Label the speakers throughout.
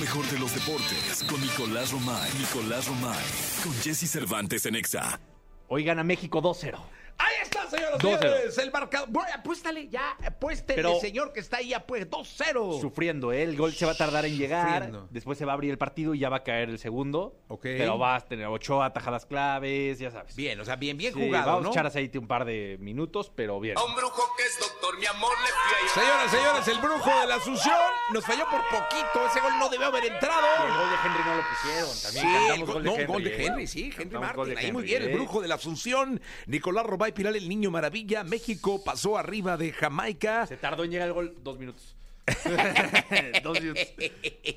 Speaker 1: mejor de los deportes con Nicolás Romay. Nicolás Romay. Con Jesse Cervantes en Exa.
Speaker 2: Hoy gana México 2-0.
Speaker 3: Ahí está, señoras y
Speaker 2: 2-0.
Speaker 3: señores. El marcador. Bueno, apuéstale ya. Apuéstele,
Speaker 2: Pero-
Speaker 3: señor, que está ahí. Pues 2-0.
Speaker 2: Sufriendo, ¿eh? El gol se va a tardar en llegar.
Speaker 3: Sufriendo.
Speaker 2: Después se va a abrir el partido y ya va a caer el segundo.
Speaker 3: Ok.
Speaker 2: Pero vas a tener ocho atajadas claves, ya sabes.
Speaker 3: Bien, o sea, bien, bien
Speaker 2: Sí,
Speaker 3: jugado,
Speaker 2: vamos a
Speaker 3: ¿no?
Speaker 2: echar aceite un par de minutos, pero bien.
Speaker 4: A un brujo que es doctor, mi amor, le fui a ayudar.
Speaker 3: Señoras, señores, el brujo de la Asunción nos falló por poquito. Ese gol no debió haber
Speaker 2: El
Speaker 3: entrado.
Speaker 2: gol de Henry no lo pusieron. También
Speaker 3: Sí,
Speaker 2: cantamos
Speaker 3: gol,
Speaker 2: gol,
Speaker 3: no,
Speaker 2: de Henry,
Speaker 3: gol de
Speaker 2: ¿eh?
Speaker 3: Henry, sí, Henry
Speaker 2: Cantamos gol
Speaker 3: Martin.
Speaker 2: de
Speaker 3: Ahí muy
Speaker 2: Henry,
Speaker 3: bien, el
Speaker 2: ¿eh?
Speaker 3: brujo de la Asunción. Nicolás Robay Pilar, el niño maravilla. México pasó arriba de Jamaica.
Speaker 2: Se tardó en llegar el gol dos minutos. dos minutos.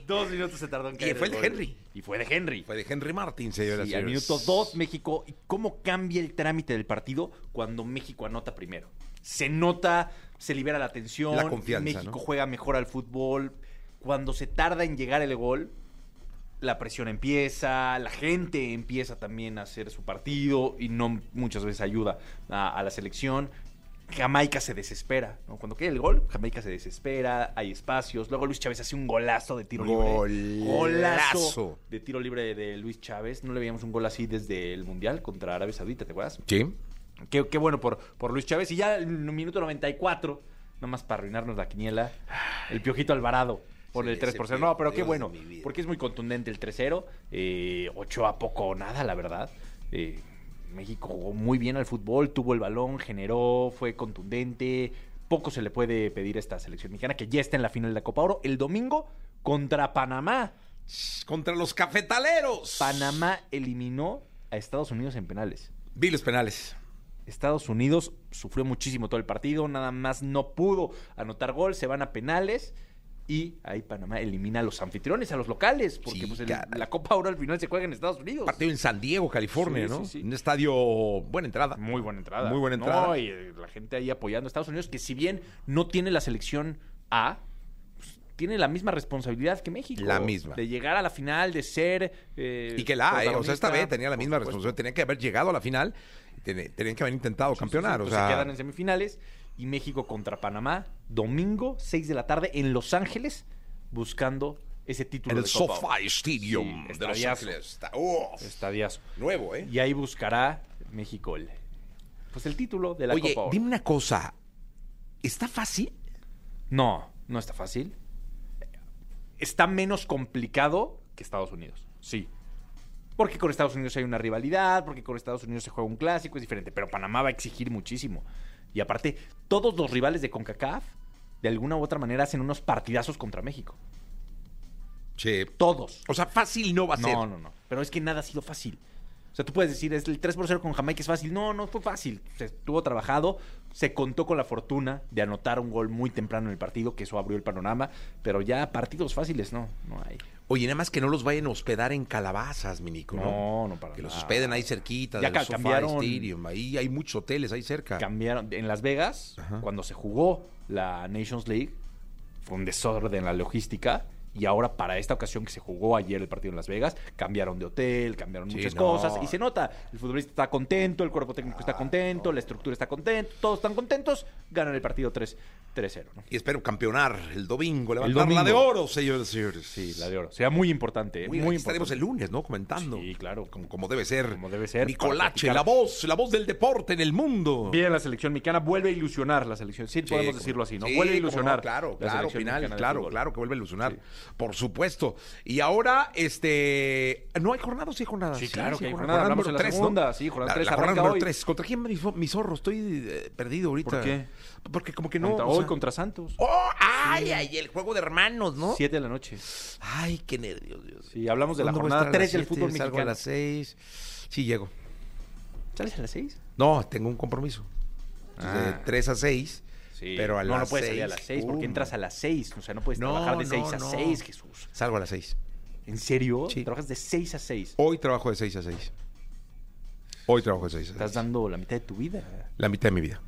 Speaker 2: Dos minutos se tardó en
Speaker 3: Y
Speaker 2: caer.
Speaker 3: fue el de
Speaker 2: gol.
Speaker 3: Henry.
Speaker 2: Y fue de Henry.
Speaker 3: Fue de Henry Martin, señoras y
Speaker 2: Y al
Speaker 3: señores.
Speaker 2: minuto 2, México. ¿Y cómo cambia el trámite del partido cuando México anota primero? Se nota, se libera la tensión.
Speaker 3: La confianza,
Speaker 2: México
Speaker 3: ¿no?
Speaker 2: juega mejor al fútbol. Cuando se tarda en llegar el gol, la presión empieza, la gente empieza también a hacer su partido y no muchas veces ayuda a, a la selección. Jamaica se desespera, ¿no? Cuando queda el gol, Jamaica se desespera, hay espacios. Luego Luis Chávez hace un golazo de tiro libre.
Speaker 3: Golazo.
Speaker 2: de tiro libre de Luis Chávez. No le veíamos un gol así desde el Mundial contra Arabia Saudita, ¿te acuerdas?
Speaker 3: Sí.
Speaker 2: Qué, qué bueno por, por Luis Chávez. Y ya el minuto 94, nomás para arruinarnos la quiniela, el Piojito Alvarado por
Speaker 3: Sí,
Speaker 2: el 3 por
Speaker 3: ese
Speaker 2: 0. No, pero qué
Speaker 3: Dios de
Speaker 2: bueno,
Speaker 3: mi vida.
Speaker 2: porque es muy contundente el 3-0. Eh, 8 a poco o nada, la verdad. Eh, México jugó muy bien al fútbol, tuvo el balón, generó, fue contundente. Poco se le puede pedir a esta selección mexicana que ya está en la final de la Copa Oro el domingo contra Panamá.
Speaker 3: Contra los cafetaleros.
Speaker 2: Panamá eliminó a Estados Unidos en penales.
Speaker 3: Vi los penales.
Speaker 2: Estados Unidos sufrió muchísimo todo el partido, nada más no pudo anotar gol, se van a penales y ahí Panamá elimina a los anfitriones, a los locales, porque
Speaker 3: Sí,
Speaker 2: pues, el-
Speaker 3: caray.
Speaker 2: la Copa ahora al final se juega en Estados Unidos.
Speaker 3: Partido en San Diego,
Speaker 2: Sí,
Speaker 3: California,
Speaker 2: sí,
Speaker 3: ¿no?
Speaker 2: sí.
Speaker 3: Un estadio. Buena entrada.
Speaker 2: Muy buena entrada.
Speaker 3: Muy buena
Speaker 2: No,
Speaker 3: entrada.
Speaker 2: y eh, la gente ahí apoyando a Estados Unidos, que si bien no tiene la selección A, pues, tiene la misma responsabilidad que México.
Speaker 3: La misma.
Speaker 2: De llegar a la final, de ser... eh,
Speaker 3: Y que la, eh, o sea, esta
Speaker 2: protagonista,
Speaker 3: vez tenía la
Speaker 2: por
Speaker 3: misma
Speaker 2: supuesto.
Speaker 3: responsabilidad, tenía que haber llegado a la final, ten- tenían que haber intentado campeonar, o
Speaker 2: Entonces,
Speaker 3: sea,
Speaker 2: pues se quedan en semifinales y México contra Panamá, domingo, 6 de la tarde, en Los Ángeles, buscando ese título.
Speaker 3: en el
Speaker 2: de Copa Oro.
Speaker 3: SoFi Stadium
Speaker 2: Sí,
Speaker 3: de Los
Speaker 2: estadiazo.
Speaker 3: Ángeles. Está- uf,
Speaker 2: Estadiazo.
Speaker 3: nuevo, ¿eh?
Speaker 2: Y ahí buscará México el, pues el título de la
Speaker 3: Oye,
Speaker 2: Copa Oro.
Speaker 3: dime una cosa, ¿está fácil?
Speaker 2: No, no está fácil. Está menos complicado que Estados Unidos. Sí. Porque con Estados Unidos hay una rivalidad, porque con Estados Unidos se juega un clásico, es diferente. Pero Panamá va a exigir muchísimo. Y aparte, todos los rivales de CONCACAF, de alguna u otra manera, hacen unos partidazos contra México.
Speaker 3: Sí.
Speaker 2: Todos.
Speaker 3: O sea, fácil no va a ser.
Speaker 2: No, no, no. Pero es que nada ha sido fácil. O sea, tú puedes decir, es el 3 por 0 con Jamaica es fácil. No, no fue fácil. Se estuvo trabajado, se contó con la fortuna de anotar un gol muy temprano en el partido, que eso abrió el panorama. Pero ya partidos fáciles, no, no hay.
Speaker 3: Oye, nada más que no los vayan a hospedar en calabazas, mi Nico, ¿no?
Speaker 2: No, no para
Speaker 3: que los
Speaker 2: nada.
Speaker 3: hospeden ahí cerquita
Speaker 2: Ya
Speaker 3: del
Speaker 2: ca-
Speaker 3: SoFi
Speaker 2: cambiaron-
Speaker 3: Stadium, ahí hay muchos hoteles ahí cerca.
Speaker 2: Cambiaron. En Las Vegas,
Speaker 3: Ajá.
Speaker 2: cuando se jugó la Nations League, fue un desorden la logística. Y ahora, para esta ocasión que se jugó ayer el partido en Las Vegas, cambiaron de hotel, cambiaron
Speaker 3: Sí,
Speaker 2: muchas
Speaker 3: no. Ah,
Speaker 2: cosas. Y se nota, el futbolista está contento, el cuerpo técnico está contento, la estructura está contenta, todos están contentos, ganan el partido 3 3-0. ¿no?
Speaker 3: Y espero campeonar el domingo, levantar la
Speaker 2: domingo.
Speaker 3: de oro, señores y señores.
Speaker 2: Sí, la de oro. Sea muy importante, ¿eh?
Speaker 3: Muy,
Speaker 2: muy,
Speaker 3: aquí estaremos
Speaker 2: importante.
Speaker 3: el lunes, ¿no? Comentando.
Speaker 2: Sí, claro.
Speaker 3: Como, como debe ser.
Speaker 2: Como debe ser,
Speaker 3: Nicolache,
Speaker 2: para platicar.
Speaker 3: la voz, la voz del deporte en el mundo.
Speaker 2: Bien, la selección mexicana vuelve a ilusionar la selección. Sí,
Speaker 3: Sí,
Speaker 2: podemos
Speaker 3: como-
Speaker 2: decirlo así, ¿no?
Speaker 3: sí,
Speaker 2: vuelve a
Speaker 3: cómo no,
Speaker 2: ilusionar.
Speaker 3: claro,
Speaker 2: la
Speaker 3: claro,
Speaker 2: selección
Speaker 3: final,
Speaker 2: mexicana de
Speaker 3: claro,
Speaker 2: fútbol.
Speaker 3: claro que vuelve a ilusionar.
Speaker 2: Sí.
Speaker 3: Por supuesto. Y ahora, este. ¿No hay jornada o sí hay jornada?
Speaker 2: Sí, claro que hay
Speaker 3: jornada.
Speaker 2: jornada. Hablamos
Speaker 3: número
Speaker 2: en la
Speaker 3: tres, ¿no?
Speaker 2: segunda, sí, jornada
Speaker 3: La-
Speaker 2: tres
Speaker 3: la jornada
Speaker 2: arranca
Speaker 3: número
Speaker 2: hoy.
Speaker 3: tres. ¿Contra quién mi, fo- mi zorro? Estoy eh, perdido ahorita.
Speaker 2: ¿Por qué?
Speaker 3: Porque como que no.
Speaker 2: Contra-
Speaker 3: o
Speaker 2: hoy
Speaker 3: sea-
Speaker 2: contra Santos.
Speaker 3: ¡Oh! ¡Ay, ay! El juego de hermanos, ¿no?
Speaker 2: 7 de la noche.
Speaker 3: Ay, qué nervios, Dios.
Speaker 2: Sí, hablamos de la
Speaker 3: ¿Cuándo voy
Speaker 2: jornada
Speaker 3: a estar a
Speaker 2: 3
Speaker 3: las
Speaker 2: del
Speaker 3: siete?
Speaker 2: fútbol
Speaker 3: Salgo a
Speaker 2: mexicano.
Speaker 3: las 6. Sí, llego.
Speaker 2: ¿Sales a las 6?
Speaker 3: No, tengo un compromiso. Entonces,
Speaker 2: Ah.
Speaker 3: De 3 a 6. Pero a
Speaker 2: no, no
Speaker 3: las
Speaker 2: puedes salir a
Speaker 3: seis,
Speaker 2: las 6 porque
Speaker 3: pum.
Speaker 2: entras a las 6. O sea, no puedes
Speaker 3: No,
Speaker 2: trabajar de
Speaker 3: no,
Speaker 2: 6 a
Speaker 3: no.
Speaker 2: 6, Jesús.
Speaker 3: Salgo a las 6.
Speaker 2: ¿En serio?
Speaker 3: Sí. Oh,
Speaker 2: Trabajas de 6 a 6.
Speaker 3: Hoy trabajo de 6 a 6. Hoy trabajo de 6 a 6.
Speaker 2: Estás dando la mitad de tu vida.
Speaker 3: La mitad de mi vida.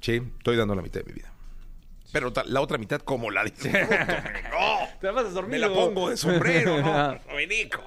Speaker 3: Sí, estoy dando la mitad de mi vida. Pero ta- la otra mitad, como la dice?
Speaker 2: Te vas a dormir.
Speaker 3: Me la pongo de sombrero, ¿no? Dominico.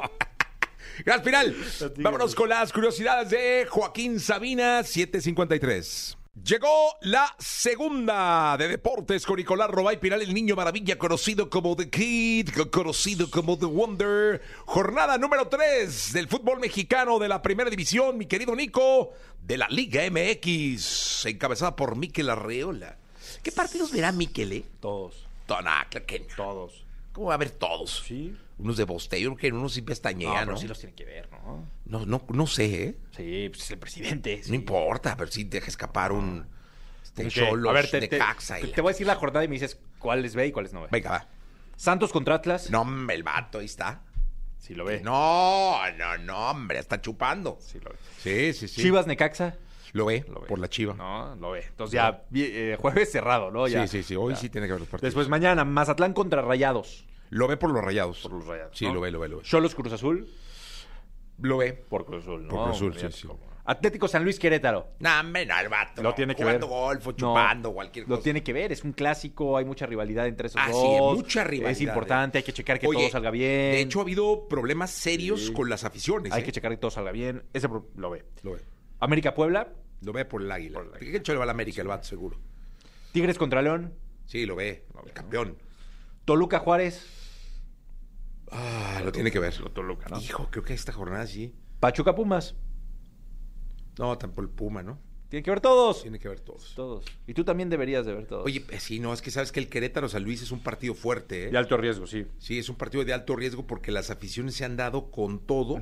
Speaker 3: Gracias, Piral.
Speaker 2: ti,
Speaker 3: Vámonos con las curiosidades de Joaquín Sabina, 753. Llegó la segunda de deportes con Nicolás Robay Piral, el niño maravilla, conocido como The Kid, conocido como The Wonder. Jornada número 3 del fútbol mexicano de la primera división, mi querido Nico, de la Liga MX, encabezada por Miquel Arreola. ¿Qué partidos verá Miquel, eh?
Speaker 2: Todos,
Speaker 3: No, no, claro que no.
Speaker 2: todos.
Speaker 3: ¿Cómo va a ver todos?
Speaker 2: Sí.
Speaker 3: Unos de bosteo, que unos sí
Speaker 2: No,
Speaker 3: pestañean,
Speaker 2: pero
Speaker 3: ¿no?
Speaker 2: sí los tienen que ver, ¿no?
Speaker 3: No, no, no sé, ¿eh?
Speaker 2: Sí, pues es el presidente. sí.
Speaker 3: No importa, pero sí deja escapar un... Este,
Speaker 2: Ok,
Speaker 3: Xolos,
Speaker 2: a ver, te, te-
Speaker 3: Necaxa y
Speaker 2: te-
Speaker 3: la-
Speaker 2: te voy a decir la jornada y me dices cuáles ve y cuáles no ve.
Speaker 3: Venga, va.
Speaker 2: Santos contra Atlas.
Speaker 3: No, hombre, el vato, ahí está.
Speaker 2: Sí lo ve.
Speaker 3: No, no, no, hombre, está chupando.
Speaker 2: Sí lo ve.
Speaker 3: Sí, sí, sí.
Speaker 2: Chivas Necaxa.
Speaker 3: Lo ve,
Speaker 2: Lo ve.
Speaker 3: por la chiva.
Speaker 2: No, lo ve. Entonces ya vi- eh, jueves cerrado, ¿no? Ya.
Speaker 3: sí, sí, sí. Hoy
Speaker 2: Ya.
Speaker 3: sí tiene que ver los partidos.
Speaker 2: Después mañana, Mazatlán contra Rayados.
Speaker 3: Lo ve por los rayados. Por
Speaker 2: los Rayados,
Speaker 3: Sí,
Speaker 2: ¿no?
Speaker 3: lo ve, lo ve, lo ve.
Speaker 2: Cholos Cruz Azul.
Speaker 3: Lo ve.
Speaker 2: Por Cruz Azul, ¿no?
Speaker 3: Por Cruz Azul,
Speaker 2: Hombre, ya
Speaker 3: sí,
Speaker 2: te
Speaker 3: sí.
Speaker 2: como- Atlético San Luis Querétaro.
Speaker 3: No, hombre, no, el vato.
Speaker 2: Lo
Speaker 3: no.
Speaker 2: tiene que
Speaker 3: Jugando
Speaker 2: ver.
Speaker 3: golfo,
Speaker 2: No,
Speaker 3: chupando, cualquier
Speaker 2: Lo
Speaker 3: cosa.
Speaker 2: tiene que ver, es un clásico, hay mucha rivalidad entre esos
Speaker 3: Ah, sí,
Speaker 2: dos.
Speaker 3: mucha rivalidad, ¿eh?
Speaker 2: Es importante, hay que checar que
Speaker 3: Oye,
Speaker 2: todo salga bien.
Speaker 3: De hecho, ha habido problemas serios con las aficiones.
Speaker 2: hay
Speaker 3: ¿eh?
Speaker 2: que checar que todo salga bien. Ese pro- lo ve.
Speaker 3: Lo ve.
Speaker 2: América Puebla,
Speaker 3: Lo ve por el águila.
Speaker 2: Por el águila.
Speaker 3: ¿Qué hecho le va a la América el vato, seguro?
Speaker 2: Tigres contra León,
Speaker 3: Sí, lo ve. El campeón.
Speaker 2: Toluca Juárez,
Speaker 3: Ah, lo tiene que ver.
Speaker 2: Toluca, ¿no?
Speaker 3: Hijo, creo que esta jornada sí.
Speaker 2: Pachuca Pumas.
Speaker 3: No, tampoco el Puma, ¿no?
Speaker 2: Tienen que ver todos.
Speaker 3: Tiene que ver todos.
Speaker 2: Todos. Y tú también deberías de ver todos.
Speaker 3: Oye, eh, sí, no, es que sabes que el Querétaro San Luis es un partido fuerte, ¿eh?
Speaker 2: de alto riesgo, sí.
Speaker 3: Sí, es un partido de alto riesgo porque las aficiones se han dado con todo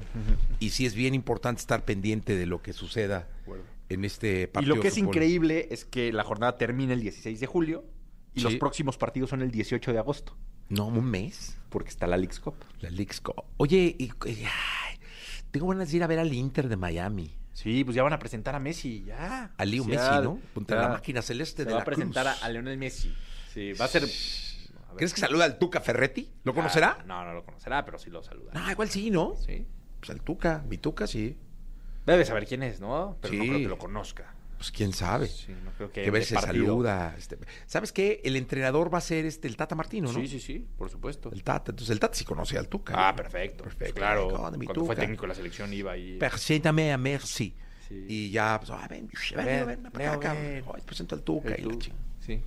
Speaker 3: y sí es bien importante estar pendiente de lo que suceda en este
Speaker 2: Y
Speaker 3: partido.
Speaker 2: lo que es
Speaker 3: de fútbol.
Speaker 2: increíble es que la jornada termina el 16 de julio y
Speaker 3: Sí.
Speaker 2: los próximos partidos son el 18 de agosto,
Speaker 3: No, un mes.
Speaker 2: porque está la Leagues Cup.
Speaker 3: La Leagues Cup. Oye, y- y- ay, tengo ganas de ir a ver al Inter de Miami.
Speaker 2: Sí, pues ya van a presentar a Messi, ya.
Speaker 3: A Leo
Speaker 2: Sí,
Speaker 3: Messi,
Speaker 2: ya.
Speaker 3: ¿no? Contra
Speaker 2: Ya.
Speaker 3: la máquina celeste
Speaker 2: Se
Speaker 3: de
Speaker 2: va
Speaker 3: la
Speaker 2: a presentar
Speaker 3: Cruz.
Speaker 2: a, a Leonel Messi. Sí, va a ser. A ver.
Speaker 3: ¿Crees que saluda al Tuca Ferretti? ¿Lo conocerá?
Speaker 2: Ah, No, no lo conocerá, pero sí lo saluda.
Speaker 3: Ah, igual sí, ¿no?
Speaker 2: Sí.
Speaker 3: Pues al Tuca, mi Tuca sí.
Speaker 2: Debe saber quién es, ¿no? Pero no
Speaker 3: Sí.
Speaker 2: creo que lo conozca.
Speaker 3: Pues quién sabe.
Speaker 2: Sí, no creo que.
Speaker 3: que ver
Speaker 2: de
Speaker 3: se
Speaker 2: partido.
Speaker 3: saluda. este, ¿Sabes qué? El entrenador va a ser este, el Tata Martino, ¿no?
Speaker 2: Sí, sí, sí, por supuesto.
Speaker 3: El Tata. Entonces el Tata sí conoce al Tuca.
Speaker 2: Ah, perfecto.
Speaker 3: Perfecto.
Speaker 2: Claro.
Speaker 3: Con mi
Speaker 2: Cuando fue
Speaker 3: Tuca.
Speaker 2: técnico de la selección iba ahí.
Speaker 3: Preséntame a Mercy.
Speaker 2: Sí.
Speaker 3: Y ya, pues, ah, ven, sh,
Speaker 2: Ven,
Speaker 3: ven, ven, ven, para
Speaker 2: Leo,
Speaker 3: acá, cabrón.
Speaker 2: ven.
Speaker 3: Ay, presento al Tuca.
Speaker 2: El
Speaker 3: y, la
Speaker 2: Tuca.
Speaker 3: ching-
Speaker 2: Sí.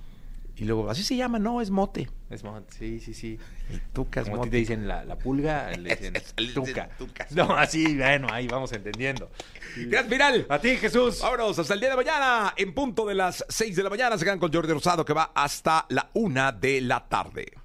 Speaker 3: y luego, así se llama, no, es mote.
Speaker 2: Es mo- sí, sí, sí.
Speaker 3: El Tuca es
Speaker 2: Como a ti
Speaker 3: mote.
Speaker 2: te dicen la, la pulga, le dicen
Speaker 3: Es- le dicen
Speaker 2: tuca.
Speaker 3: tuca.
Speaker 2: No, así, bueno, ahí vamos entendiendo.
Speaker 3: Gracias, final.
Speaker 2: A ti, Jesús.
Speaker 3: Vámonos, hasta el día de mañana, en punto de las 6 de la mañana, se quedan con Jordi Rosado, que va hasta la 1 de la tarde.